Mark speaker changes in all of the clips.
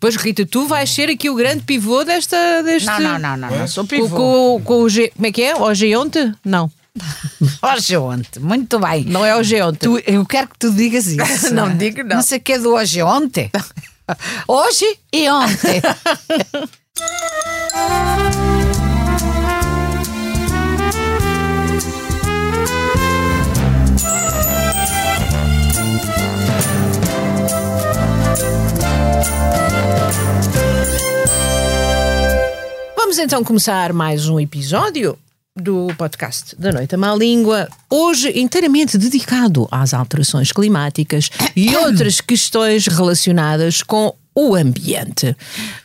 Speaker 1: Pois, Rita, tu vais ser aqui o grande pivô desta. Deste...
Speaker 2: Não, não, não, não, não,
Speaker 3: É?
Speaker 2: sou
Speaker 1: Com,
Speaker 2: pivô.
Speaker 1: com, com o G... Como é que é? O Geonte? Não.
Speaker 2: Ó, Geonte, muito bem.
Speaker 1: Não é o Geonte.
Speaker 2: Tu- eu quero que tu digas isso.
Speaker 1: Não digo, não.
Speaker 2: Não sei o que é do hoje e ontem. Hoje e ontem.
Speaker 1: Vamos então começar mais um episódio do podcast da Noite à Má Língua, hoje inteiramente dedicado às alterações climáticas e outras questões relacionadas com o ambiente.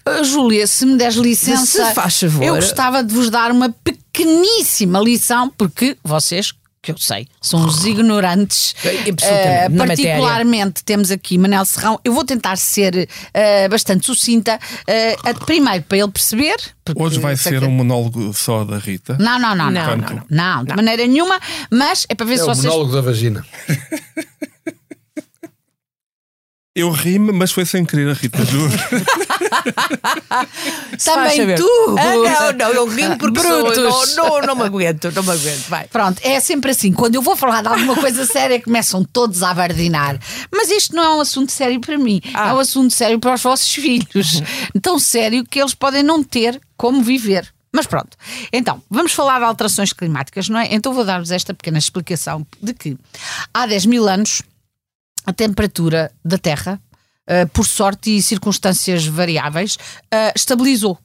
Speaker 2: Ah, Júlia, se me des licença,
Speaker 1: Se faz favor.
Speaker 2: eu gostava de vos dar uma pequeníssima lição, porque vocês, que eu sei, são os ignorantes.
Speaker 1: É, absolutamente,
Speaker 2: Ah,
Speaker 1: na matéria.
Speaker 2: particularmente temos aqui Manel Serrão. Eu vou tentar ser ah, bastante sucinta, ah, ah, primeiro para ele perceber. porque
Speaker 3: Hoje vai
Speaker 2: sei
Speaker 3: ser
Speaker 2: que-
Speaker 3: um monólogo só da Rita.
Speaker 2: Não, não, não, não,
Speaker 1: Não,
Speaker 2: não,
Speaker 3: não.
Speaker 2: não, não, de maneira nenhuma, mas é para ver
Speaker 4: É
Speaker 2: se
Speaker 4: o
Speaker 2: vocês.
Speaker 4: monólogo da vagina.
Speaker 3: Eu ri-me, mas foi sem querer a Rita, juro.
Speaker 1: Vais
Speaker 2: Também
Speaker 1: saber.
Speaker 2: tu!
Speaker 1: Ah, não, não, eu rimo porque
Speaker 2: Brutos.
Speaker 1: Sou, não, não, não me aguento, não me aguento, vai.
Speaker 2: Pronto, é sempre assim. Quando eu vou falar de alguma coisa séria, começam todos a bardinar. Mas isto não é um assunto sério para mim. É um assunto sério para os vossos filhos. Tão sério que eles podem não ter como viver. Mas pronto. Então, vamos falar de alterações climáticas, não é? Então vou dar-vos esta pequena explicação de que há 10 mil anos a temperatura da Terra, eh, por sorte e circunstâncias variáveis, eh, estabilizou.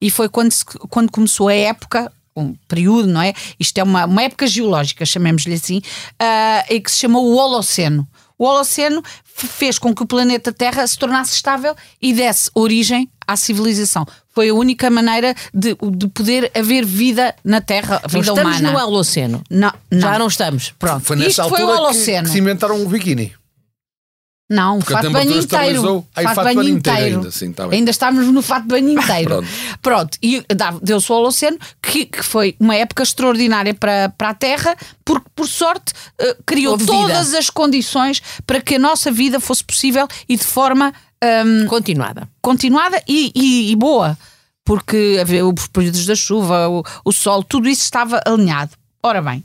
Speaker 2: E foi quando, se- quando começou a época, um período, não é? Isto é uma, uma época geológica, chamemos-lhe assim, ah, e que se chamou o Holoceno. O Holoceno f- fez com que o planeta Terra se tornasse estável e desse origem à civilização. Foi a única maneira de, de poder haver vida na Terra,
Speaker 1: Não
Speaker 2: vida
Speaker 1: estamos
Speaker 2: humana.
Speaker 1: no Holoceno.
Speaker 2: Não,
Speaker 1: Já
Speaker 2: não.
Speaker 1: não estamos.
Speaker 2: Pronto.
Speaker 4: Foi nessa
Speaker 2: Isto foi
Speaker 4: altura
Speaker 2: o
Speaker 4: que,
Speaker 2: Holoceno.
Speaker 4: que se inventaram o biquíni.
Speaker 2: Não,
Speaker 4: Porque a
Speaker 2: fato de banho
Speaker 4: temperatura
Speaker 2: inteiro.
Speaker 4: estabilizou. Aí, fato de banho inteiro ainda, sim, tá bem.
Speaker 2: Ainda estávamos no fato de banho inteiro.
Speaker 4: Pronto.
Speaker 2: Pronto, e dá- deu-se o Holoceno, que, que foi uma época extraordinária para, para a Terra, porque, por sorte, eh, criou
Speaker 1: Houve vida.
Speaker 2: todas as condições para que a nossa vida fosse possível e de forma ahm,
Speaker 1: Continuada.
Speaker 2: continuada e, e- e boa, porque havia os períodos da chuva, o, o sol, tudo isso estava alinhado. Ora bem,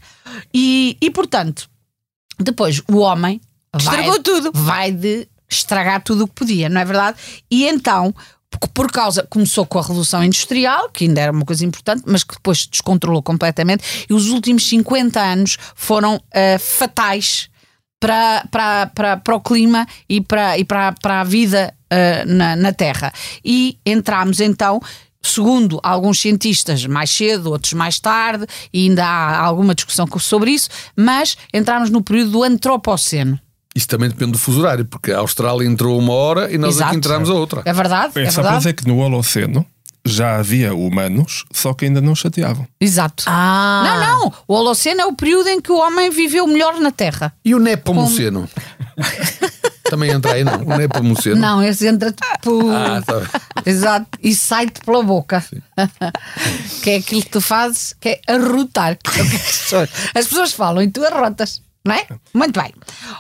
Speaker 2: e, e, portanto, depois o homem vai-
Speaker 1: Estragou tudo.
Speaker 2: vai de estragar tudo o que podia, não é verdade? E então, por- por causa, começou com a Revolução Industrial, que ainda era uma coisa importante, mas que depois se descontrolou completamente, e os últimos 50 anos foram ah, fatais para, para, para, para o clima e para, e para, para a vida ah, na, na Terra. E entramos então. Segundo alguns cientistas, mais cedo, outros mais tarde, e ainda há alguma discussão co- sobre isso, mas entramos no período do Antropoceno.
Speaker 4: Isto também depende do fuso horário, porque a Austrália entrou uma hora e nós
Speaker 2: Exato.
Speaker 4: aqui entramos a outra.
Speaker 2: É verdade,
Speaker 3: É,
Speaker 2: é
Speaker 3: só para
Speaker 2: verdade.
Speaker 3: dizer que no Holoceno já havia humanos, só que ainda não chateavam.
Speaker 2: Exato.
Speaker 1: Ah,
Speaker 2: Não, não. O Holoceno é o período em que o homem viveu melhor na Terra.
Speaker 4: E o Nepomuceno? também entra aí, não? O Nepomuceno?
Speaker 2: Não, esse entra-te por.
Speaker 4: Ah, tá bem.
Speaker 2: Exato. E sai-te pela boca. que é aquilo que tu fazes, que é arrotar. É o que As pessoas, as pessoas falam e tu arrotas. Não é? Muito bem.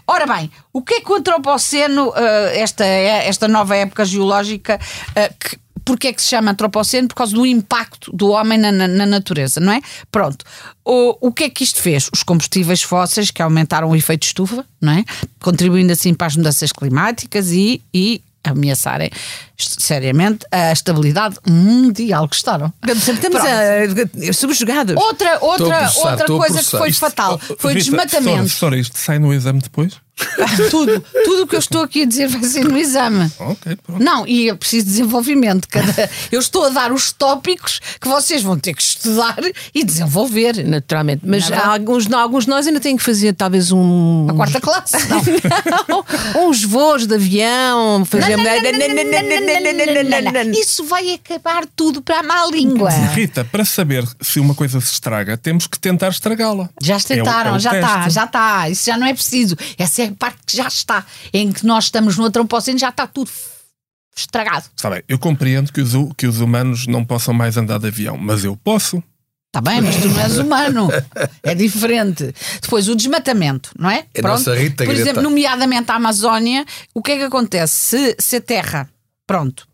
Speaker 2: Ora bem, o que é que o Antropoceno, eh, esta, esta nova época geológica, eh, que, porque é que se chama antropoceno? Por causa do impacto do homem na, na- na natureza, não é? Pronto. O, o que é que isto fez? Os combustíveis fósseis que aumentaram o efeito estufa, não é? Contribuindo assim para as mudanças climáticas e, e ameaçarem seriamente a estabilidade mundial que estaram.
Speaker 1: Estamos, estamos
Speaker 2: Pronto.
Speaker 1: a- subjugados.
Speaker 2: Outra,
Speaker 4: Estou a
Speaker 2: outra,
Speaker 4: processar,
Speaker 2: outra
Speaker 4: estou a
Speaker 2: coisa que
Speaker 4: processar
Speaker 2: foi
Speaker 4: isto. Oh,
Speaker 2: fatal foi o
Speaker 3: Rita, História,
Speaker 2: desmatamento.
Speaker 3: história, isto sai no exame depois?
Speaker 2: Tudo,
Speaker 4: um
Speaker 2: tudo o que eu estou aqui a dizer vai ser no exame.
Speaker 3: Ok, pronto.
Speaker 2: Não, e é preciso desenvolvimento. Cada... Eu estou a dar os tópicos que vocês vão ter que estudar e desenvolver.
Speaker 1: Naturalmente. Mas
Speaker 2: Nada.
Speaker 1: há alguns, alguns de nós ainda têm que fazer talvez um.
Speaker 2: Na quarta classe. Não. é?
Speaker 1: Não, uns voos de avião, fazer.
Speaker 2: Isso vai acabar tudo para a má língua.
Speaker 3: Rita, para saber se uma coisa se estraga, temos que tentar estragá-la.
Speaker 2: Já se
Speaker 4: um-
Speaker 3: É o-
Speaker 2: tentaram,
Speaker 3: é o
Speaker 2: já está,
Speaker 3: teste.
Speaker 2: já está. Isso já não é preciso. Essa é a parte que já está. Em que nós estamos no antropoceno, já está tudo estragado.
Speaker 3: Está bem, eu compreendo que os, hu- que os humanos não possam mais andar de avião, mas eu posso.
Speaker 2: Está Tá bem, mas tu não és humano. É diferente. Depois, o desmatamento, não é?
Speaker 4: É nossa Rita
Speaker 2: Por
Speaker 4: Greta.
Speaker 2: exemplo, nomeadamente a Amazónia, o que é que acontece? Se, se a terra, pronto,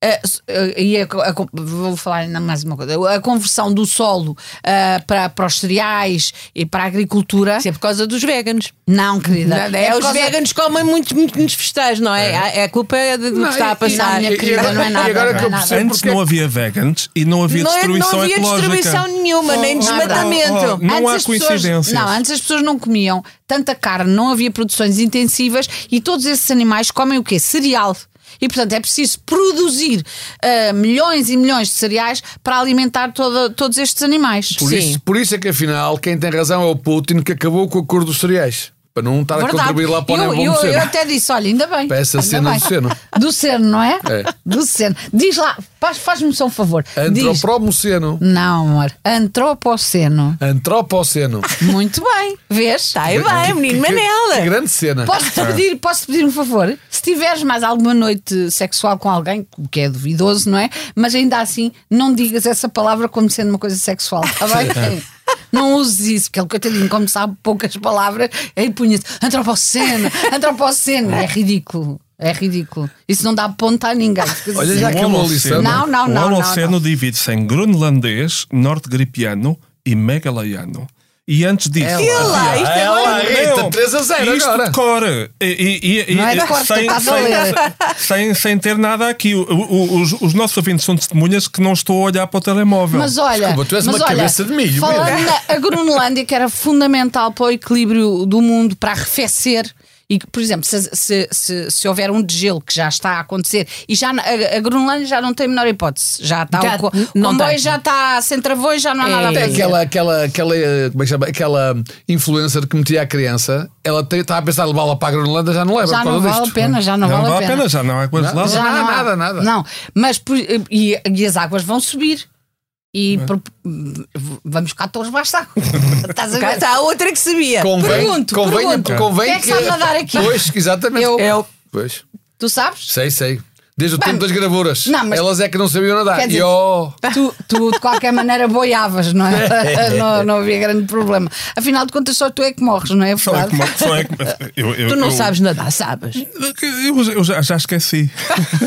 Speaker 2: eh, s- eh, e a co- a co- vou falar ainda mais uma coisa, a conversão do solo eh, para, para os cereais e para a agricultura.
Speaker 1: Isso é por causa dos veganos.
Speaker 2: Não, querida.
Speaker 1: Nada, é,
Speaker 2: por
Speaker 1: os
Speaker 2: causa-
Speaker 1: veganos comem muitos, muitos vegetais, não é? A, a culpa é de- do que está a passar.
Speaker 2: minha querida,
Speaker 4: agora-
Speaker 2: não é nada,
Speaker 4: E agora
Speaker 2: não é
Speaker 4: que eu
Speaker 2: nada.
Speaker 4: percebo
Speaker 3: Antes
Speaker 4: porque
Speaker 3: não havia vegans e não havia
Speaker 1: não, é-
Speaker 3: destruição
Speaker 1: não havia
Speaker 3: ecológica.
Speaker 1: distribuição nenhuma, nem
Speaker 2: Oh, nada.
Speaker 1: desmatamento.
Speaker 3: Oh, oh, Não há
Speaker 2: as pessoas-
Speaker 3: coincidências.
Speaker 2: não, antes as pessoas não comiam tanta carne, não havia produções intensivas e todos esses animais comem o quê? Cereal. E, portanto, é preciso produzir ah, milhões e milhões de cereais para alimentar toda- todos estes animais.
Speaker 4: Por isso, por isso é que afinal quem tem razão é o Putin que acabou com o acordo dos cereais. Para não estar a contribuir lá para o
Speaker 2: eu,
Speaker 4: Nebom
Speaker 2: eu, eu
Speaker 4: Luceno.
Speaker 2: até disse, olha, ainda bem.
Speaker 4: Para essa
Speaker 2: ainda
Speaker 4: cena
Speaker 2: bem.
Speaker 4: do Seno.
Speaker 2: Do Seno, não é?
Speaker 4: É.
Speaker 2: Do Seno. Diz lá, faz- faz-me só um favor. Diz,
Speaker 4: Antropomoceno.
Speaker 2: não, amor, antropoceno.
Speaker 4: Antropoceno.
Speaker 2: Muito bem, vês? Tá
Speaker 1: Está aí bem, menino
Speaker 4: Que- Que
Speaker 1: Manela.
Speaker 4: grande cena. É.
Speaker 2: Posso-te pedir, posso pedir um favor? Se tiveres mais alguma noite sexual com alguém, o que é duvidoso, não é? Mas ainda assim, não digas essa palavra como sendo uma coisa sexual, está
Speaker 4: É.
Speaker 2: bem? Não uses isso, porque ele coitadinho, como sabe poucas palavras, aí punha-se antropoceno, antropoceno. É ridículo, é ridículo. Isso não dá ponta a ninguém. Ficas
Speaker 4: Olha,
Speaker 2: assim,
Speaker 4: já
Speaker 3: O
Speaker 4: acabou a
Speaker 3: Um Holoceno-
Speaker 4: lição.
Speaker 2: Não, não, não,
Speaker 3: O
Speaker 2: não,
Speaker 3: Holoceno
Speaker 2: não.
Speaker 3: divide-se em groenlandês, norte-gripiano e megalaiano. E antes disso.
Speaker 1: Ela,
Speaker 2: é
Speaker 1: isto
Speaker 4: Ela,
Speaker 1: agora.
Speaker 4: Rita, 3 a 0
Speaker 3: Isto
Speaker 4: agora.
Speaker 3: de cor. E- e- e-
Speaker 2: Não é
Speaker 3: e-
Speaker 2: de cor,
Speaker 3: sem,
Speaker 2: estás a
Speaker 3: sem-
Speaker 2: ler.
Speaker 3: sem- sem ter nada aqui. O- o- os, os nossos ouvintes são testemunhas que não estou a olhar para o telemóvel.
Speaker 2: Mas olha,
Speaker 4: Desculpa, tu és
Speaker 2: mas
Speaker 4: uma
Speaker 2: olha,
Speaker 4: cabeça de milho,
Speaker 2: Falando
Speaker 4: mesmo.
Speaker 2: na a Groenlândia, que era fundamental para o equilíbrio do mundo, para arrefecer. E, que, por exemplo, se, se, se, se houver um degelo que já está a acontecer e já na- a, a Groenlândia já não tem a menor hipótese, já está
Speaker 1: Já
Speaker 2: o co-
Speaker 1: n- não
Speaker 2: comboio
Speaker 1: tem.
Speaker 2: já está sem travões, já não há nada a
Speaker 1: É.
Speaker 4: Até
Speaker 2: fazer.
Speaker 4: aquela, aquela, aquela, eh, como é que chama? aquela influencer que metia a criança, ela te- estava a pensar em levá-la para a Groenlândia, já não leva.
Speaker 2: Já
Speaker 4: por
Speaker 2: não
Speaker 4: causa
Speaker 2: vale
Speaker 4: disto.
Speaker 2: a pena, já não,
Speaker 3: não
Speaker 2: vale a pena.
Speaker 3: já não é há coisa lá.
Speaker 4: Não,
Speaker 2: Já
Speaker 4: há
Speaker 2: não há-
Speaker 4: nada, nada.
Speaker 2: Não, mas por- e, e as águas vão subir. E
Speaker 4: é?
Speaker 2: por- vamos cá todos baixo água. Estás a
Speaker 1: Cá
Speaker 2: ver?
Speaker 1: está a outra que sabia.
Speaker 4: Convém,
Speaker 1: pergunto,
Speaker 4: convém,
Speaker 1: pergunto.
Speaker 4: convém
Speaker 2: Quem é que sabe nadar aqui?
Speaker 4: Pois, exatamente. É
Speaker 2: Eu.
Speaker 1: Eu.
Speaker 4: Pois,
Speaker 2: Tu sabes?
Speaker 4: sei, sei. Desde o tempo das gravuras.
Speaker 2: não, mas-
Speaker 4: Elas é que não sabiam nadar.
Speaker 3: Ah,
Speaker 2: Quer dizer-
Speaker 4: E oh,
Speaker 2: Tu, tu, de qualquer maneira boiavas, não é? não, não havia grande problema. Afinal de contas, só tu é que morres, não é?
Speaker 3: Só é que-
Speaker 2: verdade?
Speaker 3: só é que- eu- eu-
Speaker 1: Tu não
Speaker 3: eu-
Speaker 1: sabes nadar, sabes?
Speaker 3: Eu, eu já, já esqueci.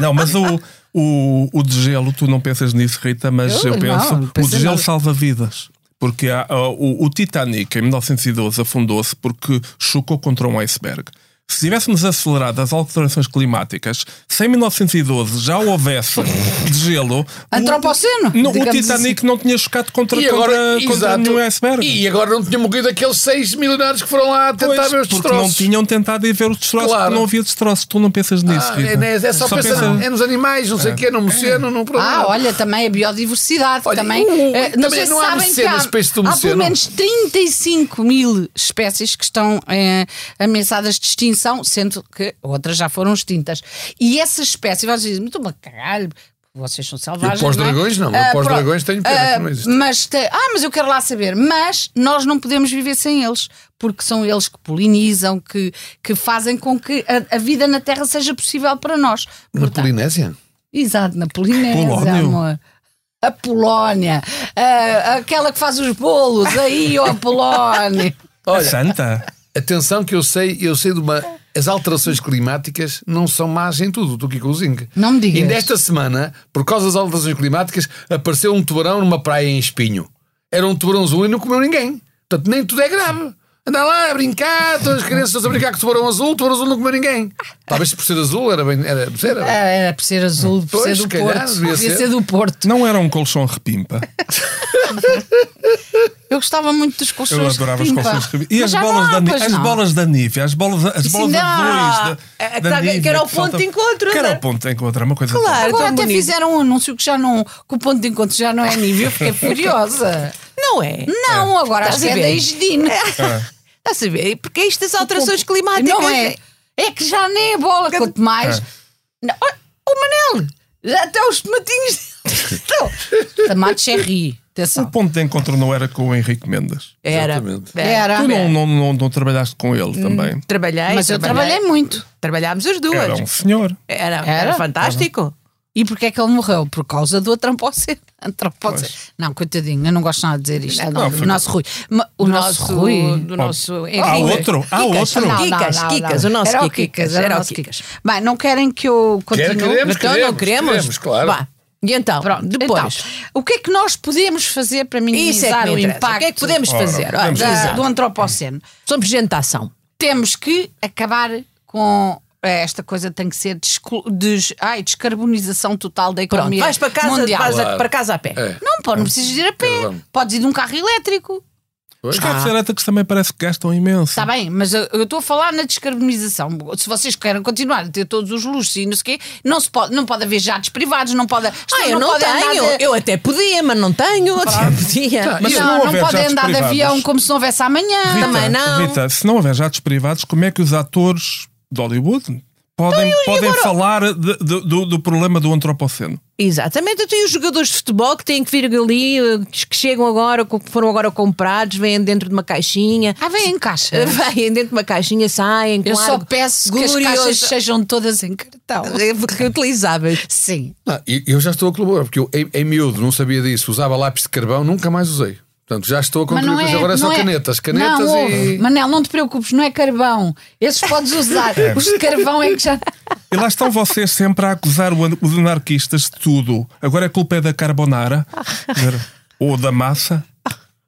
Speaker 3: não, mas o, o, o degelo, tu não pensas nisso, Rita, mas
Speaker 2: Eu não,
Speaker 3: eu, penso.
Speaker 2: não pensei
Speaker 3: o degelo
Speaker 2: nada.
Speaker 3: salva vidas. Porque há, ah, o, o Titanic, em 1912, afundou-se porque chocou contra um iceberg. Se tivéssemos acelerado as alterações climáticas, se em 1912 já houvesse degelo, o-
Speaker 2: Antropoceno,
Speaker 3: no- o
Speaker 2: digamos assim.
Speaker 3: Titanic não tinha chocado contra,
Speaker 4: E agora,
Speaker 3: contra, contra
Speaker 4: exato.
Speaker 3: nenhum iceberg.
Speaker 4: E agora não tinha morrido aqueles seis milionários que foram lá tentar
Speaker 3: Pois,
Speaker 4: ver os
Speaker 3: porque não
Speaker 4: destroços.
Speaker 3: tinham tentado ir ver os destroços,
Speaker 4: Claro.
Speaker 3: porque não havia destroços. Tu não pensas nisso,
Speaker 4: Ah,
Speaker 3: Rita.
Speaker 4: é, né, é só, pensar é nos animais, não sei o quê,
Speaker 3: É.
Speaker 4: no moceno, não problema.
Speaker 2: Ah, olha, também a biodiversidade.
Speaker 4: Olha,
Speaker 2: também
Speaker 4: o-
Speaker 2: eh, não
Speaker 4: também
Speaker 2: sei se
Speaker 4: não há
Speaker 2: sabem que
Speaker 4: mecenas para este do
Speaker 2: há pelo
Speaker 4: Moceno.
Speaker 2: menos 35 mil espécies que estão eh, ameaçadas de extinção, sendo que outras já foram extintas. E essas espécies, vocês dizem, muito uma caralho. Vocês são selvagens.
Speaker 4: Eu para os
Speaker 2: é?
Speaker 4: dragões, não. Eu
Speaker 2: Ah,
Speaker 4: para os
Speaker 2: pronto.
Speaker 4: dragões tenho pena que não existe.
Speaker 2: Mas te- ah, mas eu quero lá saber. Mas nós não podemos viver sem eles, porque são eles que polinizam, que, que fazem com que a, a vida na Terra seja possível para nós.
Speaker 4: Na Polinésia?
Speaker 2: Exato, na Polinésia,
Speaker 3: Polónio.
Speaker 2: amor. A Polónia, a- aquela que faz os bolos, aí, ó, a Polónia.
Speaker 3: Olha, Santa.
Speaker 4: Atenção que eu sei, eu sei de uma. As alterações climáticas não são más em tudo, estou aqui com o Zinc.
Speaker 2: Não me digas.
Speaker 4: E nesta semana, por causa das alterações climáticas, apareceu um tubarão numa praia em espinho. Era um tubarãozinho e não comeu ninguém. Portanto, nem tudo é grave. Andar lá a brincar, todas as crianças a brincar com o tubarão azul, o tubarão azul não comeu ninguém. Talvez por ser azul era bem. Era, era,
Speaker 2: Ah, Era por ser azul, por
Speaker 4: Pois,
Speaker 2: ser do
Speaker 4: se calhar,
Speaker 2: Porto.
Speaker 4: devia
Speaker 2: Devia
Speaker 4: ser.
Speaker 2: ser do Porto.
Speaker 3: Não era um colchão repimpa.
Speaker 2: Eu gostava muito dos colchões
Speaker 3: Eu adorava os
Speaker 2: de
Speaker 3: colchões
Speaker 2: pimpa.
Speaker 3: repimpa. E
Speaker 2: Mas
Speaker 3: as
Speaker 2: já não
Speaker 3: bolas,
Speaker 2: há,
Speaker 3: da, ni-
Speaker 2: pois
Speaker 3: as
Speaker 2: não.
Speaker 3: bolas da Nívia, as bolas, as
Speaker 2: Isso
Speaker 3: bolas
Speaker 2: ainda há.
Speaker 3: azuis. Da,
Speaker 1: É que
Speaker 3: da
Speaker 1: tá- que
Speaker 3: Nívea,
Speaker 1: era o
Speaker 3: soltam-
Speaker 1: ponto de encontro,
Speaker 3: Que era
Speaker 1: não é?
Speaker 3: o ponto de encontro, era uma coisa
Speaker 1: Claro.
Speaker 3: assim.
Speaker 1: Era
Speaker 2: Agora
Speaker 1: tão
Speaker 2: até
Speaker 1: bonito.
Speaker 2: fizeram um anúncio que já não. que o ponto de encontro já não é nível. Eu fiquei furiosa.
Speaker 1: Não é?
Speaker 2: Não, agora acho
Speaker 1: Estás
Speaker 2: que
Speaker 1: a
Speaker 2: é
Speaker 1: ver?
Speaker 2: da Isdine.
Speaker 1: Está a saber? Porque é estas alterações climáticas.
Speaker 2: Não é. É que já nem é bola, quanto mais. Não, ó, o Manel, já até os tomatinhos. Então, Tomate cherry,
Speaker 3: O
Speaker 2: atenção.
Speaker 3: ponto de encontro não era com o Henrique Mendes.
Speaker 1: Era.
Speaker 4: Exatamente.
Speaker 2: Era.
Speaker 3: Tu não, não, não, não trabalhaste com ele também.
Speaker 1: Trabalhei.
Speaker 2: Mas eu trabalhei muito.
Speaker 1: Trabalhámos as duas.
Speaker 3: Era um senhor.
Speaker 1: Era, era
Speaker 2: Era?
Speaker 1: fantástico.
Speaker 2: E porquê é que ele morreu? Por causa do atrampóceno. Antropóide. Não, coitadinho, eu não gosto nada de dizer isto.
Speaker 1: Não,
Speaker 3: não,
Speaker 2: o
Speaker 3: foi-
Speaker 2: nosso Rui. Ma- O nosso, Rui.
Speaker 5: Do nosso
Speaker 3: Há
Speaker 5: Henrique.
Speaker 3: outro? Há outro?
Speaker 2: Não, não,
Speaker 1: Kikas,
Speaker 2: não,
Speaker 1: Kikas,
Speaker 2: não.
Speaker 1: o nosso
Speaker 2: era o
Speaker 1: Kikas,
Speaker 2: Kikas, era o nosso Kikas. Bem, não querem que eu
Speaker 4: Quer-
Speaker 2: continue?
Speaker 4: queremos,
Speaker 1: Então não queremos?
Speaker 4: queremos, claro.
Speaker 1: Vá. E então,
Speaker 2: Pronto,
Speaker 1: depois.
Speaker 2: então, o que é que nós podemos fazer para
Speaker 1: isso é
Speaker 2: minimizar
Speaker 1: que
Speaker 2: o
Speaker 1: me interessa.
Speaker 2: impacto
Speaker 1: O que é que podemos
Speaker 3: Ora,
Speaker 1: fazer? Olha,
Speaker 3: vamos
Speaker 2: da-
Speaker 1: da-
Speaker 2: do antropoceno?
Speaker 1: Somos gente de ação.
Speaker 2: Temos que acabar com eh, esta coisa tem que ser descul- des- ai, descarbonização total da
Speaker 1: Pronto,
Speaker 2: economia
Speaker 1: vais para casa,
Speaker 2: mundial.
Speaker 1: vais a-
Speaker 4: Claro.
Speaker 1: para casa a pé.
Speaker 4: É.
Speaker 2: Não, pô, não precisas ir a pé.
Speaker 4: Vamos.
Speaker 2: Podes ir de um carro elétrico.
Speaker 3: Os carros elétricos também parece que gastam imenso.
Speaker 2: Está bem, mas eu eu estou a falar na descarbonização. Se vocês querem continuar a ter todos os luxos e não sei o quê, não, se pode, não pode haver jatos privados, não pode. as
Speaker 1: Ah,
Speaker 2: pessoas
Speaker 1: eu não,
Speaker 2: podem andar
Speaker 1: tenho.
Speaker 2: de-
Speaker 1: Eu até podia, mas não tenho. Até podia.
Speaker 3: Mas se
Speaker 2: não, não
Speaker 3: houver
Speaker 2: podem
Speaker 3: jatos
Speaker 2: andar de
Speaker 3: privados,
Speaker 2: avião como se não houvesse amanhã.
Speaker 3: Rita,
Speaker 1: Também não.
Speaker 3: Rita, se não houver jatos privados, como é que os atores de Hollywood podem,
Speaker 2: Então,
Speaker 3: podem falar de- de- do, do problema do antropoceno?
Speaker 1: Exatamente, eu tenho os jogadores de futebol que têm que vir ali, eh, que chegam agora, que foram agora comprados, vêm dentro de uma caixinha,
Speaker 2: Ah, vem em caixa.
Speaker 1: vêm dentro de uma caixinha, saem,
Speaker 2: Eu
Speaker 1: claro,
Speaker 2: só peço que as caixas sejam todas em cartão.
Speaker 1: reutilizáveis.
Speaker 2: Sim.
Speaker 4: Não, e- eu já estou a colaborar, porque eu em, em miúdo não sabia disso, usava lápis de carvão, nunca mais usei. Portanto, já estou a
Speaker 2: Mas
Speaker 4: contribuir
Speaker 2: não é,
Speaker 4: com isso. Agora é
Speaker 2: não
Speaker 4: só
Speaker 2: é-
Speaker 4: canetas, canetas
Speaker 2: não, ouve.
Speaker 4: e.
Speaker 2: Manel, não te preocupes, não é carvão. Esses podes usar. Os de carvão é que já.
Speaker 3: E lá estão vocês sempre a acusar o an- os anarquistas de tudo. Agora a culpa é da carbonara
Speaker 2: Ah.
Speaker 3: ou da massa,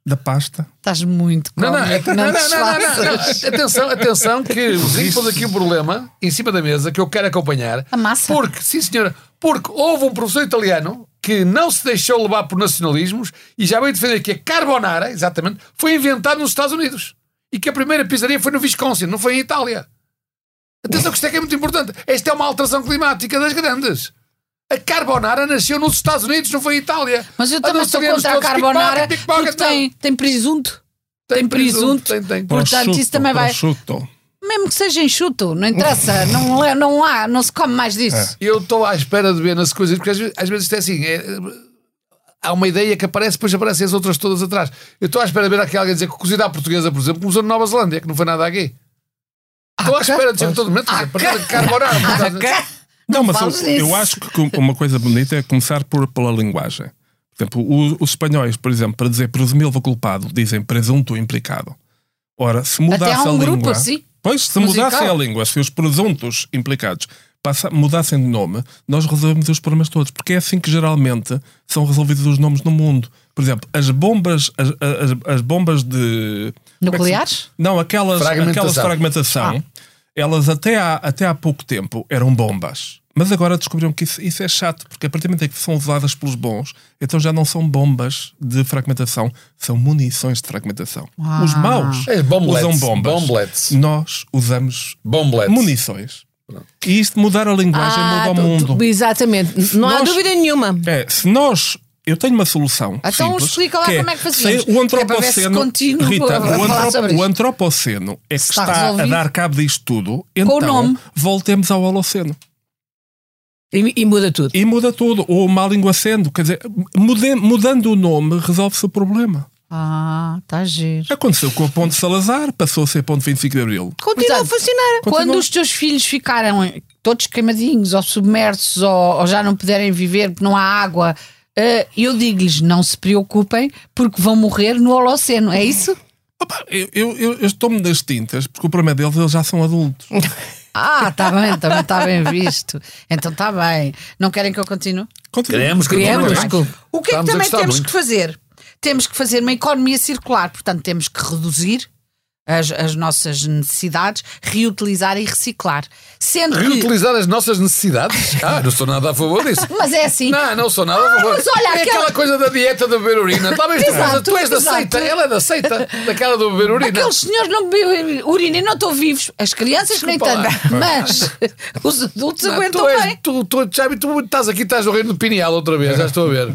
Speaker 3: da pasta.
Speaker 2: Estás muito
Speaker 4: Não, não, é-
Speaker 2: cómico,
Speaker 4: não, não,
Speaker 2: te
Speaker 4: não, não, não, não.
Speaker 2: desfaças.
Speaker 4: Atenção, atenção, que o Zinho pôs aqui um problema em cima da mesa que eu quero acompanhar.
Speaker 2: A massa.
Speaker 4: Porque, sim senhora, porque houve um professor italiano que não se deixou levar por nacionalismos e já veio defender que a carbonara, exatamente, foi inventada nos Estados Unidos. E que a primeira pizzaria foi no Wisconsin, não foi em Itália. Atenção que isto é que é muito importante. Esta é uma alteração climática das grandes. A carbonara nasceu nos Estados Unidos, não foi em Itália.
Speaker 2: Mas eu
Speaker 4: Ah,
Speaker 2: também
Speaker 4: nós
Speaker 2: sou
Speaker 4: sabemos
Speaker 2: contra a
Speaker 4: todos,
Speaker 2: carbonara
Speaker 4: pickpocket, pickpocket,
Speaker 2: porque tem,
Speaker 4: então.
Speaker 2: tem presunto.
Speaker 4: não.
Speaker 2: tem presunto.
Speaker 4: Tem, tem.
Speaker 2: Portanto, isso também vai-
Speaker 3: prosciutto.
Speaker 2: Mesmo que seja enxuto, não interessa, não, é- não há, não se come mais disso.
Speaker 4: Eu estou à espera de ver nas coisas, porque às vezes, às vezes isto é assim. é- há uma ideia que aparece, depois aparecem as outras todas atrás. Eu estou à espera de ver aqui alguém dizer que a cozida à portuguesa, por exemplo, começou na Nova Zelândia, que não foi nada aqui. Estou à espera de ser todo momento, quer dizer, para carbonara. por causa-
Speaker 3: Não, mas
Speaker 2: fales
Speaker 3: eu, eu
Speaker 2: isso.
Speaker 3: acho que com- uma coisa bonita é começar por, pela linguagem. Por exemplo, o- os espanhóis, por exemplo, para dizer presumível culpado, dizem presunto implicado. Ora, se mudasse
Speaker 2: há um
Speaker 3: a língua.
Speaker 2: grupo assim,
Speaker 3: Pois, se
Speaker 2: musical.
Speaker 3: mudassem a língua, se os presuntos implicados passa- mudassem de nome, nós resolvemos os problemas todos. Porque é assim que geralmente são resolvidos os nomes no mundo. Por exemplo, as bombas, as, as- as bombas de. como é que se-
Speaker 2: Nucleares?
Speaker 3: Não, aquelas
Speaker 4: Fragmentação.
Speaker 3: aquelas de fragmentação, elas até há, até há pouco tempo eram bombas. Mas agora descobriram que isso, isso é chato, porque a partir do momento em que são usadas pelos bons, então já não são bombas de fragmentação, são munições de fragmentação. Os maus
Speaker 4: É, bomblets,
Speaker 3: usam bombas.
Speaker 4: bomblets.
Speaker 3: Nós usamos
Speaker 4: Bomblets.
Speaker 3: munições. E isto mudar a linguagem
Speaker 1: Ah,
Speaker 3: muda o mundo.
Speaker 1: Exatamente, não há
Speaker 3: Nós-
Speaker 1: dúvida nenhuma.
Speaker 3: É, se nós. Eu tenho uma solução.
Speaker 2: Então
Speaker 3: simples,
Speaker 2: explica lá como é que fazíamos,
Speaker 3: se O
Speaker 2: que é para ver se
Speaker 3: antropoceno.
Speaker 2: continuo
Speaker 3: Rita,
Speaker 2: a
Speaker 3: o,
Speaker 2: falar
Speaker 3: antrop-
Speaker 2: sobre isto.
Speaker 3: o antropoceno é que
Speaker 2: Está
Speaker 3: está, a
Speaker 2: resolvido.
Speaker 3: dar cabo disto tudo. Então,
Speaker 2: nome.
Speaker 3: voltemos ao Holoceno.
Speaker 1: E, e muda tudo.
Speaker 3: E muda tudo. Ou o malinguaceno. Quer dizer, mude- mudando o nome, resolve-se o problema.
Speaker 2: Ah, está giro.
Speaker 3: Aconteceu com a Ponte Salazar, passou a ser Ponte 25 de Abril.
Speaker 1: Continua
Speaker 2: Portanto,
Speaker 1: a funcionar.
Speaker 3: Continua.
Speaker 2: É Quando os teus filhos ficarem todos queimadinhos ou submersos ou, ou já não puderem viver porque não há água, eh, eu digo-lhes: não se preocupem porque vão morrer no Holoceno, é isso?
Speaker 3: Opa, eu, eu, eu, eu estou-me das tintas, porque o problema deles, eles já são adultos.
Speaker 2: Ah, está bem, também está bem visto. Então está bem. Não querem que eu continue?
Speaker 3: Continua.
Speaker 2: Queremos.
Speaker 4: Queremos.
Speaker 2: O que é que
Speaker 4: Estamos a
Speaker 2: também
Speaker 4: gostar
Speaker 2: temos
Speaker 4: muito.
Speaker 2: que fazer? Temos que fazer uma economia circular, portanto, temos que reduzir as, as nossas necessidades, reutilizar e reciclar. Sendo que.
Speaker 4: Reutilizar as nossas necessidades? Ah, não sou nada a favor disso.
Speaker 2: Mas é assim.
Speaker 4: Não, não sou nada a favor.
Speaker 2: mas olha,
Speaker 4: é
Speaker 2: aquela-
Speaker 4: aquela coisa da dieta de beber urina. Talvez tu,
Speaker 2: Exato,
Speaker 4: tu és da
Speaker 2: exato.
Speaker 4: seita, ela é da seita, daquela do beber urina.
Speaker 2: Aqueles senhores não bebem urina e não estão vivos. As crianças nem
Speaker 4: Desculpa
Speaker 2: tanto. Mas os adultos
Speaker 4: Não,
Speaker 2: aguentam
Speaker 4: tu és-
Speaker 2: bem.
Speaker 4: Tu, tu, Xavi, tu estás aqui, estás no reino do Pineal outra vez, já estou a ver.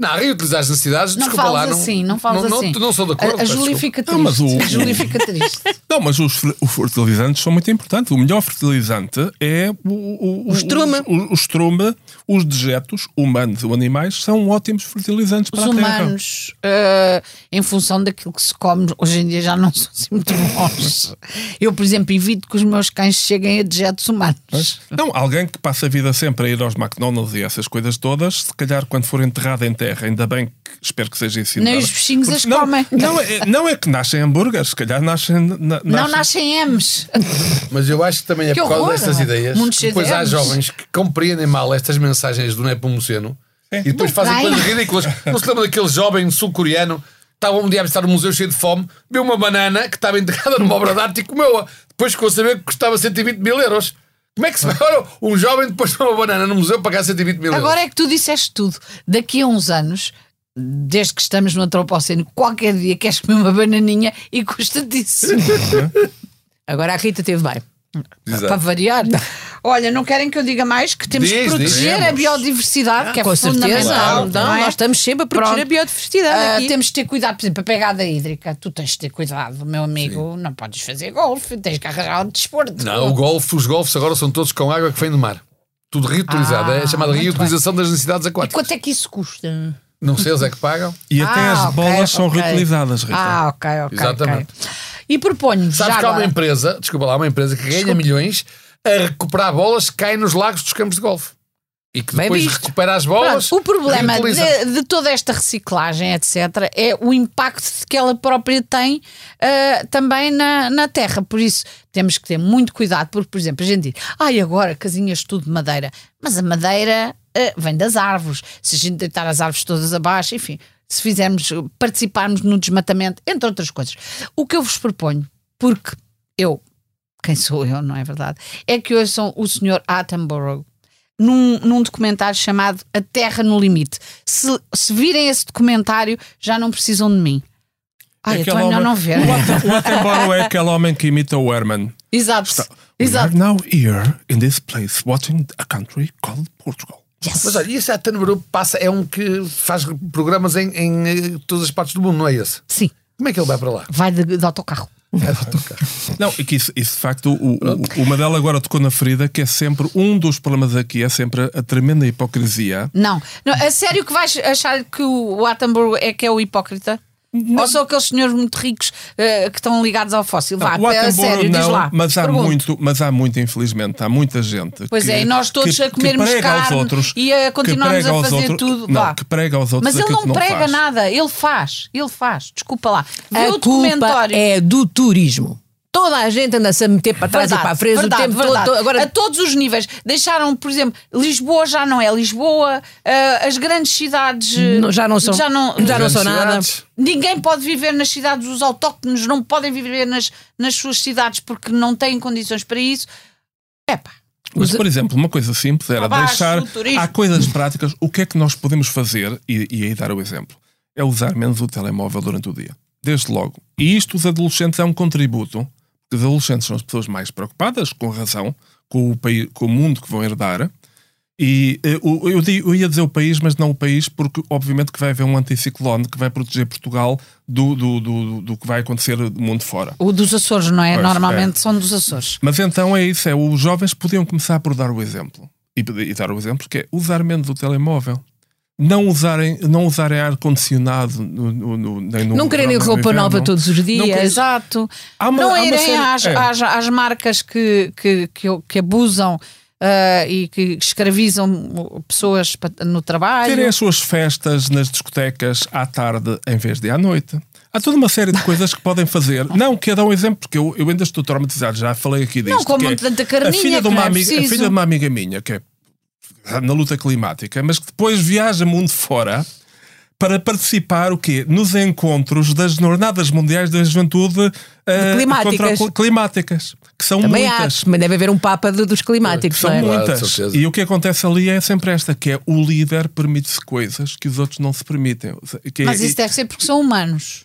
Speaker 4: Não, reutilizar as necessidades,
Speaker 2: Não
Speaker 4: desculpa
Speaker 2: fales
Speaker 4: lá. Não,
Speaker 2: assim, não fales
Speaker 4: não,
Speaker 2: assim.
Speaker 4: Não, não sou de acordo.
Speaker 2: A, a
Speaker 4: peço
Speaker 2: Júlia
Speaker 4: desculpa.
Speaker 2: fica
Speaker 3: Não, mas
Speaker 2: triste.
Speaker 3: o-
Speaker 2: A Júlia fica triste.
Speaker 3: Não, mas os, fer- os fertilizantes são muito importantes. O melhor fertilizante é o, o, o
Speaker 1: estrume.
Speaker 3: O, o estrume, os dejetos humanos ou animais são ótimos fertilizantes
Speaker 2: Os
Speaker 3: para a terra.
Speaker 2: humanos, eh, em função daquilo que se come, hoje em dia já não são assim muito bons. Eu, por exemplo, evito que os meus cães cheguem a dejetos humanos.
Speaker 3: Não, alguém que passa a vida sempre a ir aos McDonald's e essas coisas todas, se calhar quando for enterrado em terra, ainda bem que espero que seja ensinado.
Speaker 2: Nem os bichinhos
Speaker 3: Porque
Speaker 2: as
Speaker 3: não,
Speaker 2: comem.
Speaker 3: Não é, não é que nascem hambúrgueres, se calhar nascem. na-
Speaker 2: Não
Speaker 3: nascem-
Speaker 2: nascem M's.
Speaker 4: Mas eu acho que também é
Speaker 2: Que
Speaker 4: por causa
Speaker 2: horror,
Speaker 4: destas
Speaker 2: não é?
Speaker 4: ideias.
Speaker 2: Mundo
Speaker 4: que
Speaker 2: cheio de
Speaker 4: Depois há
Speaker 2: erros.
Speaker 4: jovens que compreendem mal estas mensagens do Nepomuceno e depois
Speaker 2: Não
Speaker 4: fazem
Speaker 2: tem.
Speaker 4: coisas ridículas. Não se lembra daquele jovem sul-coreano que estava um dia a visitar um museu cheio de fome, viu uma banana que estava enterrada numa obra de arte e comeu-a. Depois ficou a saber que custava 120 mil euros. Como é que se vai Ora, um jovem depois de uma banana no museu pagar 120 mil euros?
Speaker 2: Agora é que tu disseste tudo. Daqui a uns anos, desde que estamos no antropoceno, qualquer dia queres comer uma bananinha e custa disso.
Speaker 1: Agora a Rita teve bem.
Speaker 2: Para variar. Olha, não querem que eu diga mais que temos
Speaker 4: Diz,
Speaker 2: que proteger
Speaker 4: dizemos.
Speaker 2: a biodiversidade, que é
Speaker 1: Com
Speaker 2: fundamental.
Speaker 1: certeza.
Speaker 2: não
Speaker 1: Não,
Speaker 2: é?
Speaker 1: Nós estamos sempre a proteger
Speaker 2: Pronto.
Speaker 1: a biodiversidade.
Speaker 2: Ah,
Speaker 1: aqui.
Speaker 2: temos de ter cuidado, por exemplo, a pegada hídrica. Tu tens de ter cuidado, meu amigo. Não podes fazer golfe, tens que arranjar um desporto.
Speaker 4: Não, o golfe, os golfes agora são todos com água que vem do mar. Tudo reutilizado,
Speaker 2: Ah,
Speaker 4: é chamada
Speaker 2: muito
Speaker 4: reutilização das necessidades
Speaker 2: E
Speaker 4: aquáticas.
Speaker 2: quanto é que isso custa?
Speaker 4: Não sei, eles é que pagam.
Speaker 3: E até
Speaker 2: Ah,
Speaker 3: as
Speaker 2: ok,
Speaker 3: bolas são
Speaker 2: ok.
Speaker 3: reutilizadas, Rita.
Speaker 2: Ah, ok, ok.
Speaker 4: Exatamente.
Speaker 2: ok. E proponho já
Speaker 4: Sabes que há uma
Speaker 2: agora,
Speaker 4: empresa, desculpa lá, há uma empresa que ganha milhões a recuperar bolas que caem nos lagos dos campos de golfe. E que
Speaker 1: Bem
Speaker 4: depois
Speaker 1: visto.
Speaker 4: recupera as bolas.
Speaker 2: Pronto, o problema
Speaker 4: reutiliza.
Speaker 2: de, de toda esta reciclagem, etc., é o impacto que ela própria tem ah, também na, na terra. Por isso, temos que ter muito cuidado, porque, por exemplo, a gente diz: ai, agora casinhas tudo de madeira, mas a madeira ah, vem das árvores. Se a gente deitar as árvores todas abaixo, enfim, se fizermos, participarmos no desmatamento, entre outras coisas. O que eu vos proponho, porque eu quem sou eu, não é verdade? É que ouçam o Sr. Attenborough num, num documentário chamado A Terra no Limite. Se, se virem esse documentário, já não precisam de mim. Ah,
Speaker 3: É
Speaker 2: eu estou
Speaker 3: aquele
Speaker 2: melhor não
Speaker 3: homem-
Speaker 2: ver.
Speaker 3: O Atta- O Attenborough é aquele homem que imita o Herman.
Speaker 2: Exato. Exato.
Speaker 3: We are now here, in this place, watching a country called Portugal.
Speaker 4: Mas olha, esse Attenborough passa, é um que faz programas em, em, eh, todas as partes do mundo, não é esse?
Speaker 2: Sim,
Speaker 4: Como é que ele vai para lá?
Speaker 2: vai de, de autocarro.
Speaker 4: É de autocarro.
Speaker 3: Não, é que isso, isso de facto, o, o, o Madela agora tocou na ferida, que é sempre um dos problemas aqui, é sempre a, a tremenda hipocrisia.
Speaker 2: Não. não. A sério que vais achar que o Attenborough é que é o hipócrita? Ou são aqueles senhores muito ricos eh, que estão ligados ao fóssil? Vá,
Speaker 3: o
Speaker 2: a
Speaker 3: Attenborough
Speaker 2: sério, diz
Speaker 3: não,
Speaker 2: lá.
Speaker 3: Mas há,
Speaker 2: Pergunto.
Speaker 3: muito, mas há muito, infelizmente, há muita gente.
Speaker 2: Pois
Speaker 3: que,
Speaker 2: é, e nós todos
Speaker 3: que-
Speaker 2: a comermos
Speaker 3: que prega aos
Speaker 2: carne
Speaker 3: outros,
Speaker 2: e a
Speaker 3: que
Speaker 2: continuarmos
Speaker 3: prega
Speaker 2: a
Speaker 3: aos
Speaker 2: fazer
Speaker 3: outro-
Speaker 2: tudo,
Speaker 3: Não,
Speaker 2: vá.
Speaker 3: que prega aos outros
Speaker 2: Mas ele
Speaker 3: aquilo
Speaker 2: não
Speaker 3: que
Speaker 2: prega
Speaker 3: faz.
Speaker 2: nada, ele faz, ele faz. Desculpa lá. Vê
Speaker 1: A
Speaker 2: o
Speaker 1: culpa
Speaker 2: documentário.
Speaker 1: é do turismo. Toda a gente anda-se a meter para trás e para a frente
Speaker 2: verdade,
Speaker 1: o tempo
Speaker 2: verdade.
Speaker 1: todo. Agora
Speaker 2: A todos os níveis. Deixaram, por exemplo, Lisboa já não é Lisboa, ah, as grandes cidades. eh,
Speaker 1: Não, já não são.
Speaker 2: Já não,
Speaker 1: Já não são nada.
Speaker 4: Cidades.
Speaker 2: Ninguém pode viver nas cidades, os autóctonos não podem viver nas, nas suas cidades porque não têm condições para isso. Epá,
Speaker 3: Mas, por exemplo, uma coisa simples era
Speaker 2: Abaixo
Speaker 3: deixar.
Speaker 2: o turismo.
Speaker 3: Há coisas práticas. O que é que nós podemos fazer? E, e aí dar o exemplo. É usar menos o telemóvel durante o dia. Desde logo. E isto, os adolescentes, é um contributo. Porque os adolescentes são as pessoas mais preocupadas, com razão, com o, país, com o mundo que vão herdar. E eh, o- eu, di- eu ia dizer o país, mas não o país, porque obviamente que vai haver um anticiclone que vai proteger Portugal do, do, do, do que vai acontecer do mundo fora.
Speaker 2: o dos Açores, não é?
Speaker 3: Pois,
Speaker 2: Normalmente são dos Açores.
Speaker 3: Mas então é isso, é, os jovens podiam começar por dar o exemplo. E, e dar o exemplo que é usar menos o telemóvel. Não usarem, não usarem ar-condicionado no, no, no, nem no
Speaker 1: não quererem
Speaker 3: verão, nem no
Speaker 1: roupa
Speaker 3: inverno.
Speaker 1: nova todos os dias.
Speaker 2: Exato.
Speaker 3: Há uma-
Speaker 2: não
Speaker 3: há uma
Speaker 2: irem
Speaker 3: série-
Speaker 2: às,
Speaker 3: é.
Speaker 2: às, às marcas que, que, que, que abusam ah, e que escravizam pessoas pa- no trabalho.
Speaker 3: Terem as suas festas nas discotecas à tarde em vez de à noite. Há toda uma série de coisas que podem fazer. Não, quero dar um exemplo, porque eu, eu ainda estou traumatizado, já falei aqui disto.
Speaker 2: comam
Speaker 3: que é
Speaker 2: tanta carninha
Speaker 3: a filha,
Speaker 2: que
Speaker 3: de uma
Speaker 2: não é
Speaker 3: amiga, a
Speaker 2: preciso.
Speaker 3: filha de uma amiga minha, que é na luta climática, mas que depois viaja mundo fora para participar o quê? nos encontros das Jornadas Mundiais da Juventude eh,
Speaker 1: climáticas.
Speaker 3: contra o cli- climáticas, que são
Speaker 1: Também há,
Speaker 3: muitas.
Speaker 1: mas deve haver um papa do- dos climáticos,
Speaker 3: São
Speaker 1: não é?
Speaker 4: Claro, Ah, de
Speaker 3: muitas.
Speaker 4: certeza.
Speaker 3: E o que acontece ali é sempre esta, que é o líder permite-se coisas que os outros não se permitem. Que é-
Speaker 2: Mas isso deve ser porque são humanos.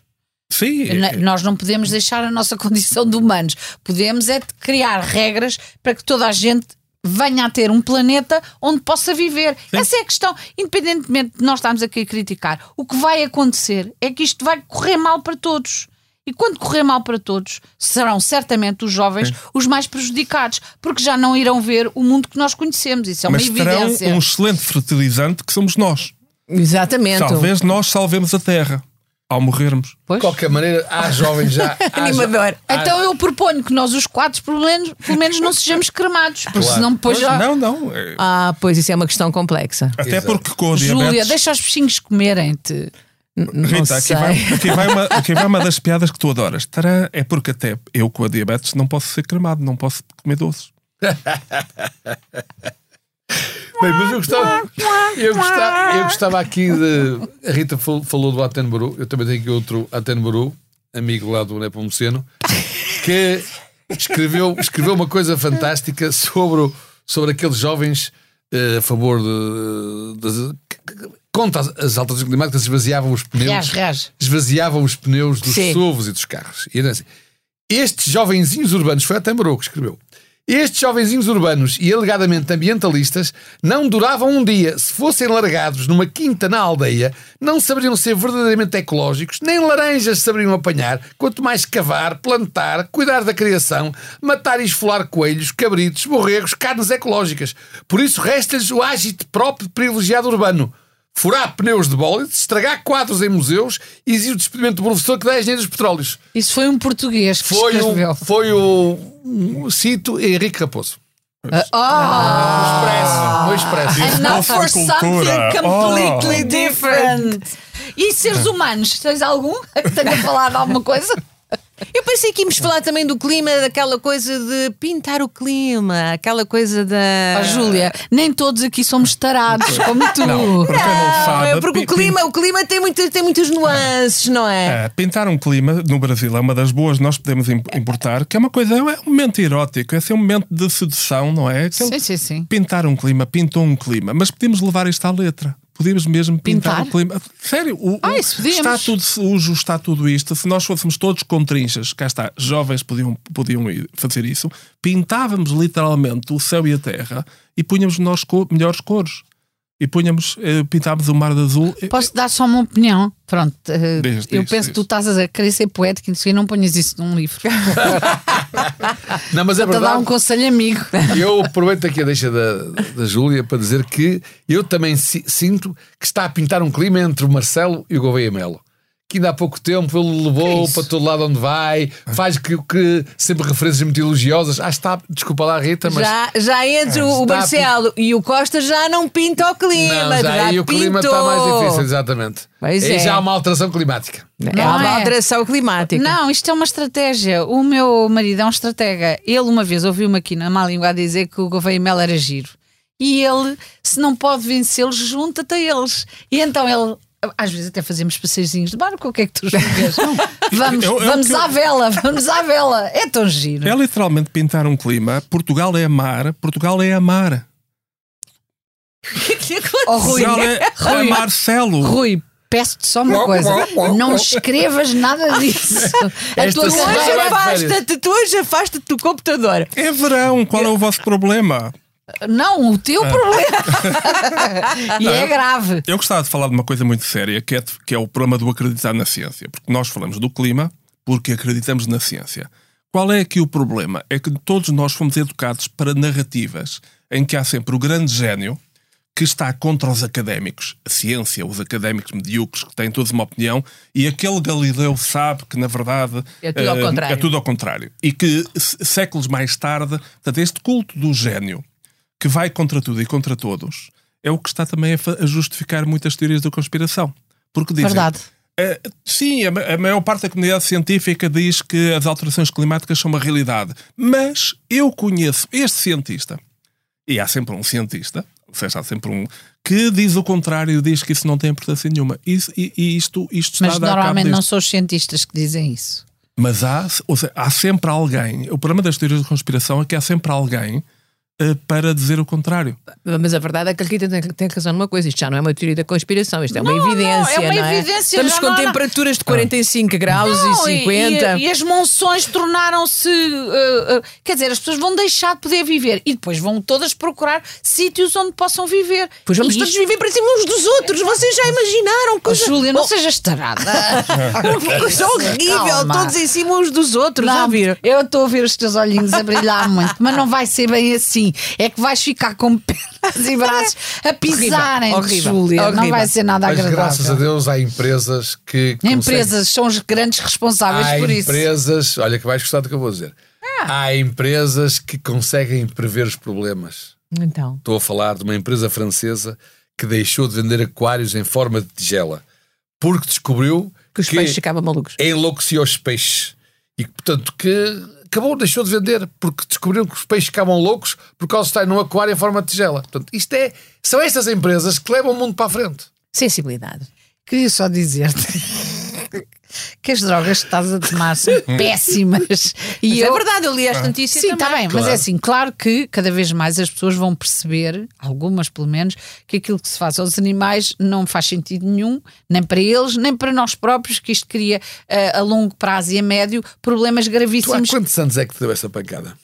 Speaker 3: Sim, é-
Speaker 2: N- Nós não podemos deixar a nossa condição de humanos. Podemos é de criar regras para que toda a gente venha a ter um planeta onde possa viver. Essa é a questão. Independentemente de nós estarmos aqui a criticar, o que vai acontecer é que isto vai correr mal para todos. E quando correr mal para todos, serão certamente os jovens os mais prejudicados, porque já não irão ver o mundo que nós conhecemos. Isso é uma
Speaker 3: Mas terão
Speaker 2: evidência.
Speaker 3: um excelente fertilizante que somos nós.
Speaker 1: Exatamente.
Speaker 3: Talvez nós salvemos a Terra ao morrermos.
Speaker 4: De qualquer maneira, há jovens já. há jo-
Speaker 1: Animador.
Speaker 4: há-
Speaker 2: Então eu proponho que nós, os quatro, pelo menos, pelo menos não sejamos cremados, porque senão depois já.
Speaker 3: Não, não. é-
Speaker 1: Ah, pois isso é uma questão complexa.
Speaker 3: Até
Speaker 4: Exato.
Speaker 3: porque com a
Speaker 2: Júlia,
Speaker 3: diabetes.
Speaker 2: deixa os peixinhos comerem-te.
Speaker 1: N- não
Speaker 3: Rita, aqui
Speaker 1: sei.
Speaker 3: vai, aqui, vai uma, aqui vai uma das piadas que tu adoras. Tará, é porque até eu com a diabetes não posso ser cremado, não posso comer doces.
Speaker 4: Bem, mas eu gostava, eu gostava, eu gostava aqui de. A Rita fal- falou do Atenburu, eu também tenho aqui outro Atenburu, amigo lá do Nepomuceno, que escreveu, escreveu uma coisa fantástica sobre, o- sobre aqueles jovens eh, a favor de. das- contra as, as alterações climáticas, esvaziavam os pneus
Speaker 2: Reage, reage.
Speaker 4: esvaziavam os pneus dos
Speaker 1: Sim.
Speaker 4: SUVs e dos carros. E era assim. Estes jovenzinhos urbanos, foi a Tamborou que escreveu. Estes jovenzinhos urbanos e alegadamente ambientalistas não duravam um dia. Se fossem largados numa quinta na aldeia, não saberiam ser verdadeiramente ecológicos, nem laranjas saberiam apanhar, quanto mais cavar, plantar, cuidar da criação, matar e esfolar coelhos, cabritos, borregos, carnes ecológicas. Por isso resta-lhes o ágite próprio privilegiado urbano furar pneus de bólides, estragar quadros em museus e exigir o despedimento do professor que dá engenheiro dos petróleos.
Speaker 2: Isso foi um português que
Speaker 4: Foi
Speaker 2: escreveu.
Speaker 4: o, foi o, um, cito Henrique Raposo.
Speaker 2: Ah,
Speaker 4: No Expresso, no Expresso.
Speaker 2: oh, and now
Speaker 3: Não
Speaker 2: for
Speaker 3: foi cultura.
Speaker 2: something completely different. E seres humanos, tens algum que tenha falado alguma coisa?
Speaker 1: Eu pensei que íamos falar também do clima, daquela coisa de pintar o clima, aquela coisa da.
Speaker 2: Ah, Júlia, nem todos aqui somos tarados, como tu.
Speaker 3: Para quem não
Speaker 1: Não,
Speaker 3: sabe,
Speaker 1: é porque o
Speaker 3: pi-
Speaker 1: clima, o clima tem, muito, tem muitas nuances, não é?
Speaker 3: É, pintar um clima no Brasil é uma das boas que nós podemos im- importar, que é uma coisa, é um momento erótico, é assim, um momento de sedução, não é? Aquele-
Speaker 2: Sim, sim, sim.
Speaker 3: Pintar um clima, pintou um clima, mas podemos levar isto à letra. Podíamos mesmo pintar,
Speaker 2: Pintar?
Speaker 3: um clima. Sério, o, o-
Speaker 2: Ah, isso podíamos.
Speaker 3: está tudo sujo, está tudo isto. Se nós fôssemos todos com trinchas, cá está, jovens podiam, podiam ir fazer isso, pintávamos literalmente o céu e a terra e punhamos nós co- melhores cores. E punhamos, eh, pintávamos o mar de azul. Eh,
Speaker 2: Posso dar só uma opinião? Pronto, eh,
Speaker 3: Diz,
Speaker 2: eu
Speaker 3: diz,
Speaker 2: penso que
Speaker 3: diz.
Speaker 2: tu estás a querer ser poético e não sei, não ponhas isso num livro.
Speaker 4: Não, mas é
Speaker 2: Para dar um
Speaker 4: verdade.
Speaker 2: conselho amigo.
Speaker 4: Eu aproveito aqui a deixa da, da Júlia para dizer que eu também si- sinto que está a pintar um clima entre o Marcelo e o Gouveia Melo. Que ainda há pouco tempo ele levou para todo lado onde vai, faz que, que sempre referências muito elogiosas. Ah, está, desculpa lá, Rita, mas
Speaker 1: Já, já
Speaker 2: é
Speaker 1: entre o- o
Speaker 4: Está a
Speaker 1: Marcelo e o Costa já não pinta o clima.
Speaker 4: Não, já aí o clima
Speaker 1: pintou.
Speaker 4: está mais difícil, exatamente.
Speaker 1: Pois
Speaker 4: aí
Speaker 1: é.
Speaker 4: já há uma alteração climática.
Speaker 1: É
Speaker 2: Não
Speaker 1: uma
Speaker 2: é?
Speaker 1: alteração climática.
Speaker 2: Não, isto é uma estratégia. O meu marido é um estratega. Ele uma vez ouviu-me aqui na má língua a dizer que o Gouveia Mel era giro. E ele, se não pode vencê-los, junta-te a eles. E então ele. Às vezes até fazemos passeizinhos de barco, o que é que tu julgas? vamos
Speaker 3: Eu- eu-
Speaker 2: vamos
Speaker 3: eu-
Speaker 2: à vela, vamos à vela. É tão giro.
Speaker 3: É literalmente pintar um clima. Portugal é amar, Portugal é amar.
Speaker 1: é
Speaker 2: Oh, Rui,
Speaker 3: Portugal é
Speaker 2: Rui.
Speaker 3: amar Marcelo.
Speaker 2: Rui, peço-te só uma coisa: não escrevas nada disso. A
Speaker 4: Esta
Speaker 2: tua é
Speaker 1: Tu
Speaker 4: semana
Speaker 2: loja
Speaker 1: hoje
Speaker 4: vai de
Speaker 1: afasta-te, tu hoje afasta-te do computador.
Speaker 3: É verão, qual é o vosso problema?
Speaker 2: Não, o teu problema. e é grave.
Speaker 3: Eu gostava de falar de uma coisa muito séria, que é, que é o problema do acreditar na ciência. Porque nós falamos do clima porque acreditamos na ciência. Qual é aqui o problema? É que todos nós fomos educados para narrativas em que há sempre o grande gênio que está contra os académicos, a ciência, os académicos medíocres que têm todos uma opinião, e aquele Galileu sabe que, na verdade,
Speaker 1: É tudo ao
Speaker 3: eh,
Speaker 1: contrário.
Speaker 3: é tudo ao contrário. E que s- séculos mais tarde, portanto, este culto do gênio que vai contra tudo e contra todos é o que está também a, fa- a justificar muitas teorias da conspiração. Porque dizem,
Speaker 2: Verdade.
Speaker 3: eh, sim, a, ma- a maior parte da comunidade científica diz que as alterações climáticas são uma realidade. Mas eu conheço este cientista, e há sempre um cientista, ou seja, há sempre um que diz o contrário, diz que isso não tem importância nenhuma. Isso- e, e isto, isto está
Speaker 2: Mas
Speaker 3: a dar
Speaker 2: normalmente
Speaker 3: cabo
Speaker 2: não
Speaker 3: disto.
Speaker 2: são os cientistas que dizem isso.
Speaker 3: Mas há, ou seja, há sempre alguém. O problema das teorias de conspiração é que há sempre alguém eh, para dizer o contrário.
Speaker 1: Mas a verdade é que a Rita tem, tem razão numa coisa. Isto já não é uma teoria da conspiração, isto é uma
Speaker 2: Não, não,
Speaker 1: evidência.
Speaker 2: é uma
Speaker 1: não
Speaker 2: evidência,
Speaker 1: Estamos
Speaker 2: já
Speaker 1: com
Speaker 2: não há-
Speaker 1: temperaturas de 45 graus
Speaker 2: Não,
Speaker 1: e
Speaker 2: e-
Speaker 1: 50.
Speaker 2: E, e as monções tornaram-se. uh, uh, quer dizer, as pessoas vão deixar de poder viver e depois vão todas procurar sítios onde possam viver.
Speaker 1: Pois vamos
Speaker 2: E
Speaker 1: todos
Speaker 2: isto-
Speaker 1: viver para cima uns dos outros. Vocês já imaginaram?
Speaker 2: Oh,
Speaker 1: Coisa,
Speaker 2: Júlia, não
Speaker 1: Oh,
Speaker 2: sejas tarada.
Speaker 1: uma coisa horrível.
Speaker 2: Calma.
Speaker 1: Todos em cima uns dos outros. já
Speaker 2: Não,
Speaker 1: viram?
Speaker 2: eu estou a ver os teus olhinhos a brilhar muito, mas não vai ser bem assim. É que vais ficar com pernas e braços a pisarem,
Speaker 1: horrível,
Speaker 2: Júlia. Não
Speaker 1: horrível.
Speaker 2: vai ser nada
Speaker 4: Mas
Speaker 2: tá agradável.
Speaker 4: graças a Deus há empresas que. conseguem-
Speaker 2: Empresas são os grandes
Speaker 1: Ah,
Speaker 2: responsáveis
Speaker 4: Há
Speaker 2: por isso.
Speaker 4: empresas, olha que vais gostar do que eu vou dizer.
Speaker 1: Ah.
Speaker 4: Há empresas que conseguem prever os problemas.
Speaker 1: Então.
Speaker 4: Estou a falar de uma empresa francesa que deixou de vender aquários em forma de tigela porque descobriu
Speaker 1: Que os peixes ficavam malucos.
Speaker 4: enlouquecia os peixes e portanto que acabou, deixou de vender porque descobriram que os peixes ficavam loucos por causa de estar num aquário em forma de tigela. Portanto, isto é, são estas empresas que levam o mundo para a frente.
Speaker 1: Sensibilidade.
Speaker 2: Queria é só dizer-te que as drogas que estás a tomar são péssimas. E
Speaker 1: Mas
Speaker 2: eu...
Speaker 1: é verdade, eu li
Speaker 3: Ah.
Speaker 1: esta notícia
Speaker 2: Sim, está
Speaker 1: também.
Speaker 2: bem, mas é assim, claro que cada vez mais as pessoas vão perceber, algumas pelo menos, que aquilo que se faz aos animais não faz sentido nenhum, nem para eles, nem para nós próprios, que isto cria eh, a longo prazo e a médio problemas
Speaker 4: Tu há
Speaker 2: gravíssimos.
Speaker 4: quantos anos é que te deu essa pancada?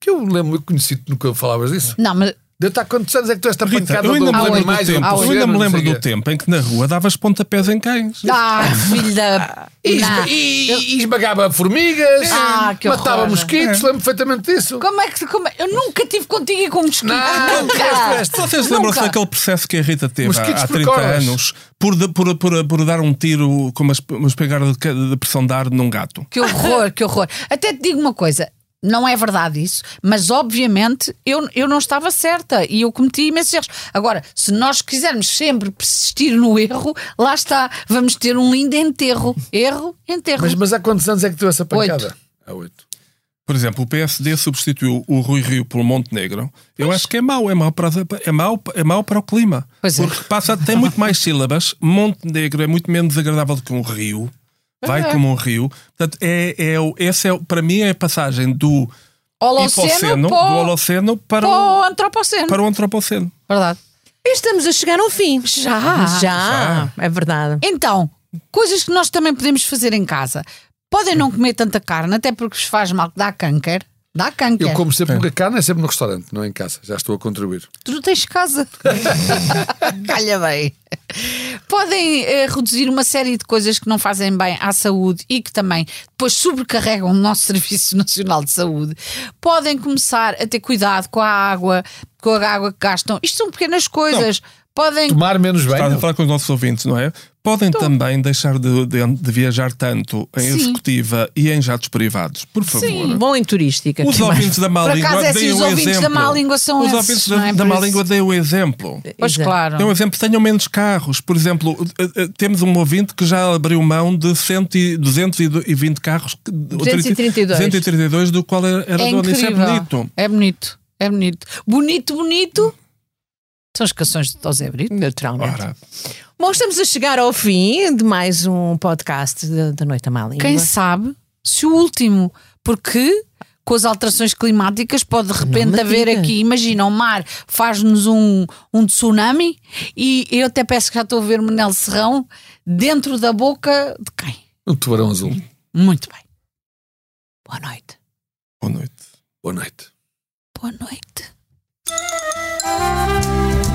Speaker 4: Que eu lembro, eu conheci-te nunca falavas disso.
Speaker 2: Não, mas
Speaker 4: Deu-te há quantos anos é que tu esta
Speaker 3: Rita,
Speaker 4: pancada
Speaker 3: eu ainda
Speaker 4: do-
Speaker 3: me
Speaker 4: do
Speaker 3: lembro do
Speaker 4: animais,
Speaker 3: tempo,
Speaker 4: do
Speaker 3: eu ainda
Speaker 4: género,
Speaker 3: me
Speaker 4: não
Speaker 3: lembro
Speaker 4: sei
Speaker 3: do
Speaker 4: quê.
Speaker 3: tempo em que na rua davas pontapés em cães.
Speaker 2: ah, filho da.
Speaker 4: E,
Speaker 2: Não.
Speaker 4: esma- e- e esmagava formigas,
Speaker 2: Ah, que
Speaker 4: matava
Speaker 2: horror.
Speaker 3: É.
Speaker 4: mosquitos, lembro perfeitamente disso.
Speaker 2: Como é que. Como é- Eu nunca tive contigo e com mosquitos.
Speaker 4: Não,
Speaker 2: nunca.
Speaker 3: Vocês lembram-se
Speaker 2: Nunca.
Speaker 3: daquele processo que a Rita teve
Speaker 4: Mosquitos
Speaker 3: há, há 30
Speaker 4: precoces.
Speaker 3: anos por, de- por, por, por dar um tiro com uma, esp- uma espingarda de, ca- de pressão de ar num gato?
Speaker 2: Que horror, que horror. Até te digo uma coisa. Não é verdade isso, mas obviamente eu, eu não estava certa e eu cometi imensos erros. Agora, se nós quisermos sempre persistir no erro, lá está, vamos ter um lindo enterro. Erro, enterro.
Speaker 4: Mas, mas há quantos anos é que deu essa pancada?
Speaker 2: Oito.
Speaker 4: Há oito.
Speaker 3: Por exemplo, o PSD substituiu o Rui Rio por Montenegro. Eu acho que é mau, é mau para, é mau, é mau para o clima.
Speaker 2: Pois é.
Speaker 3: Porque passa, tem muito mais sílabas. Montenegro é muito menos agradável do que um rio. Vai
Speaker 2: é.
Speaker 3: como um rio. Portanto, é, é, o- esse é, o- para mim é a passagem do
Speaker 2: Holoceno
Speaker 3: hipoceno, do
Speaker 2: para o-
Speaker 3: Holoceno para,
Speaker 2: para o
Speaker 3: o,
Speaker 2: antropoceno.
Speaker 3: para o antropoceno.
Speaker 2: Verdade.
Speaker 1: Estamos a chegar ao fim.
Speaker 2: Já.
Speaker 1: Já. É verdade.
Speaker 2: Então, coisas que nós também podemos fazer em casa. Podem não comer tanta carne, até porque vos faz mal, que dá câncer. Dá câncer.
Speaker 4: Eu como sempre porque a carne, é sempre no restaurante, não é em casa. Já estou a contribuir.
Speaker 2: Tu não tens casa.
Speaker 1: É
Speaker 2: Calha bem. Podem eh, reduzir uma série de coisas que não fazem bem à saúde e que também depois sobrecarregam o nosso Serviço Nacional de Saúde. Podem começar a ter cuidado com a água, com a água que gastam. Isto são pequenas coisas. Podem.
Speaker 4: Tomar menos bem.
Speaker 3: Estás a falar com os nossos ouvintes, não é? Podem também deixar de, de- de viajar tanto em
Speaker 2: Sim.
Speaker 3: executiva e em jatos privados, por favor.
Speaker 1: Bom em turística.
Speaker 3: Os ouvintes da má
Speaker 2: Por
Speaker 3: língua
Speaker 2: acaso, é assim,
Speaker 3: deem
Speaker 2: os
Speaker 3: o
Speaker 2: ouvintes da
Speaker 3: um exemplo.
Speaker 2: má língua são
Speaker 3: Os
Speaker 2: esses,
Speaker 3: ouvintes
Speaker 2: não é?
Speaker 3: da, da
Speaker 2: Por
Speaker 3: má
Speaker 2: isso- Eh,
Speaker 3: língua deem o exemplo.
Speaker 2: Pois
Speaker 1: Exato.
Speaker 2: claro.
Speaker 3: Deem o exemplo, tenham menos carros. Por exemplo, eh, eh, temos um ouvinte que já abriu mão de 100 e 220 carros. que-
Speaker 1: 232.
Speaker 3: 232, do qual era, era
Speaker 2: É
Speaker 3: dono. Isso é
Speaker 2: incrível.
Speaker 3: bonito.
Speaker 2: É bonito. É bonito. Bonito, bonito.
Speaker 3: Hum.
Speaker 2: São as canções de José Brito.
Speaker 1: Naturalmente.
Speaker 3: Ora,
Speaker 1: Bom, estamos a chegar ao fim de mais um podcast da da Noite à Má Língua.
Speaker 2: Quem sabe se o último, porque com as alterações climáticas pode de
Speaker 1: Não
Speaker 2: repente
Speaker 1: me
Speaker 2: haver
Speaker 1: digas.
Speaker 2: aqui, imagina, o mar faz-nos um, um tsunami e eu até peço que já estou a ver o Manel Serrão dentro da boca de quem?
Speaker 4: Um tubarão azul.
Speaker 2: Muito bem. Boa noite.
Speaker 3: boa noite.
Speaker 4: Boa noite.
Speaker 2: Boa noite.